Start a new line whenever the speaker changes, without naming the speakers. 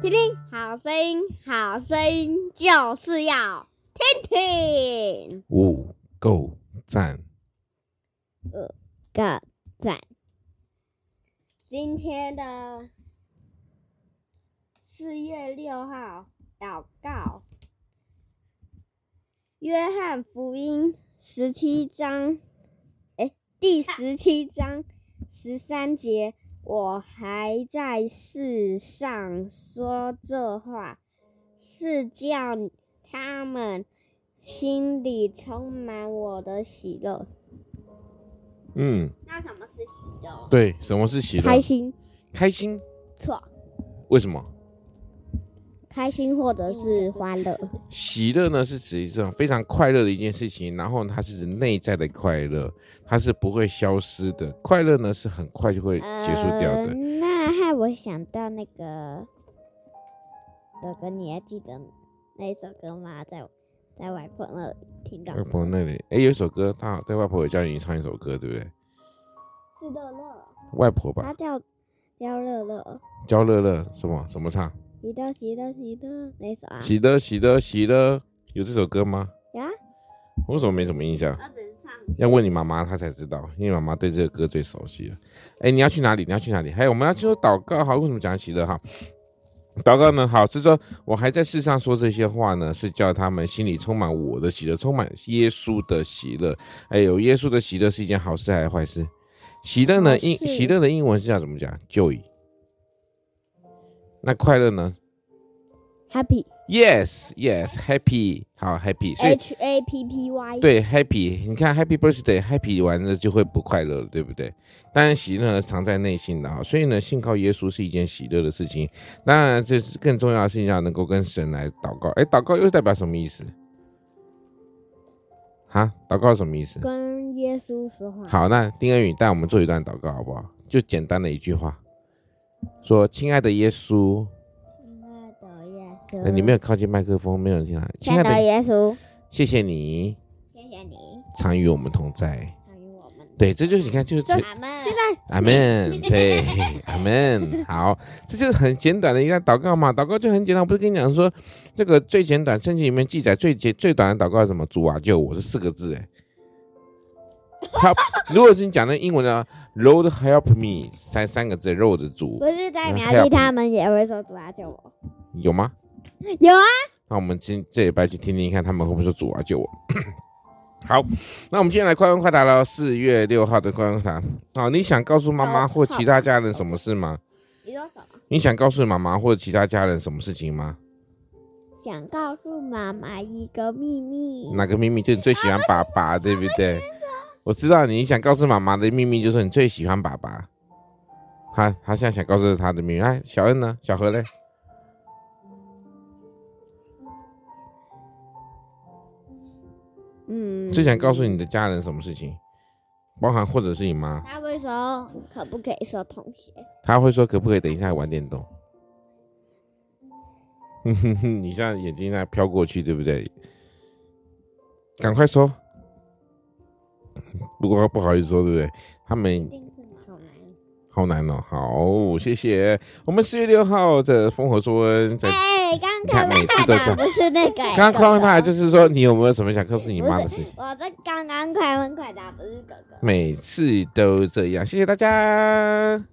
听听好声音，好声音就是要听听。
五够赞，
个赞。今天的四月六号祷告，《约翰福音》十七章，哎，第十七章十三节。我还在世上说这话，是叫他们心里充满我的喜乐。
嗯，
那什么是喜乐？
对，什么是喜乐？
开心，
开心，
错，
为什么？
开心或者是欢乐。
喜乐呢是指一种非常快乐的一件事情，然后它是指内在的快乐，它是不会消失的。快乐呢是很快就会结束掉
呃
的。
那害我想到那个哥哥，你还记得那一首歌吗？在在外婆那里听到
外婆那里，哎，有一首歌，他在外婆有叫你唱一首歌，对不对？
是乐乐，
外婆吧
他，叫叫乐乐。
焦乐乐，什么什么唱？
喜乐喜乐喜乐那首啊？
喜乐喜乐喜乐，有这首歌吗？
呀，
我怎么没什么印象？
我只是唱。
要问你妈妈，她才知道，因为妈妈对这个歌最熟悉了。哎，你要去哪里？你要去哪里？还有，我们要去做祷告好，为什么讲喜乐哈？祷告呢？好，是说我还在世上说这些话呢，是叫他们心里充满我的喜乐，充满耶稣的喜乐。哎，有耶稣的喜乐是一件好事还是坏事？喜乐呢？
好
英
事
喜乐的英文是叫怎么讲？joy。那快乐呢
Happy
？Yes，Yes，happy，好 happy。所以
H A P P Y。
对，happy，你看 happy birthday，happy 完了就会不快乐了，对不对？当然，喜乐藏在内心的啊，所以呢，信靠耶稣是一件喜乐的事情。当然，这是更重要的事情，要能够跟神来祷告。哎，祷告又代表什么意思？哈，祷告什么意思？
跟耶稣说话。
好，那丁恩宇带我们做一段祷告好不好？就简单的一句话，说：“亲爱的耶稣，
亲爱的耶
哎，
稣，
你没有靠近麦克风，没有人听到。啊亲
亲爱
爱
的
的，
耶稣，
谢谢你
谢谢你
常与我们同在。
参与我们。
对，这就是你看，就是
阿门。现在
阿门，对，阿门。好，这就是很简短的一个祷告嘛。祷告就很简单，我不是跟你讲说，这个最简短，圣经里面记载最简最短的祷告是什么？主啊，救我，这四个字。哎，好，如果是你讲的英文呢，Lord help me，三三个字，Lord 主
不是在苗
还有
栗，他们也会说主啊救我。
有吗？
有啊，
那我们今这礼拜去听听看，他们会不会说主啊救我？ 好，那我们今天来快问快答了。四月六号的快问快答，好，你想告诉妈妈或其他家人什么事吗？
你说什么？
你想告诉妈妈或者其他家人什么事情吗？
想告诉妈妈一个秘密。
哪个秘密？就是你最喜欢爸爸，对不对？我知道你想告诉妈妈的秘密就是你最喜欢爸爸。他他现在想告诉他的秘密。哎，小恩呢？小何嘞？
嗯
最想告诉你的家人什么事情？包含或者是你妈，
他会说可不可以说同学？
他会说可不可以等一下玩电动？ 哼哼哼，你现在眼睛在飘过去，对不对？赶快说，不过不好意思说，对不对？他们
定是好难。
好难哦，好，谢谢。我们四月六号的烽火说温在，
哎，刚
你
刚
看每次都这样
不是那个欸。
刚刚快问快答
哥哥
就是说，你有没有什么想告诉你妈的事情？
我这刚刚快问快答，不是哥哥。
每次都这样，谢谢大家。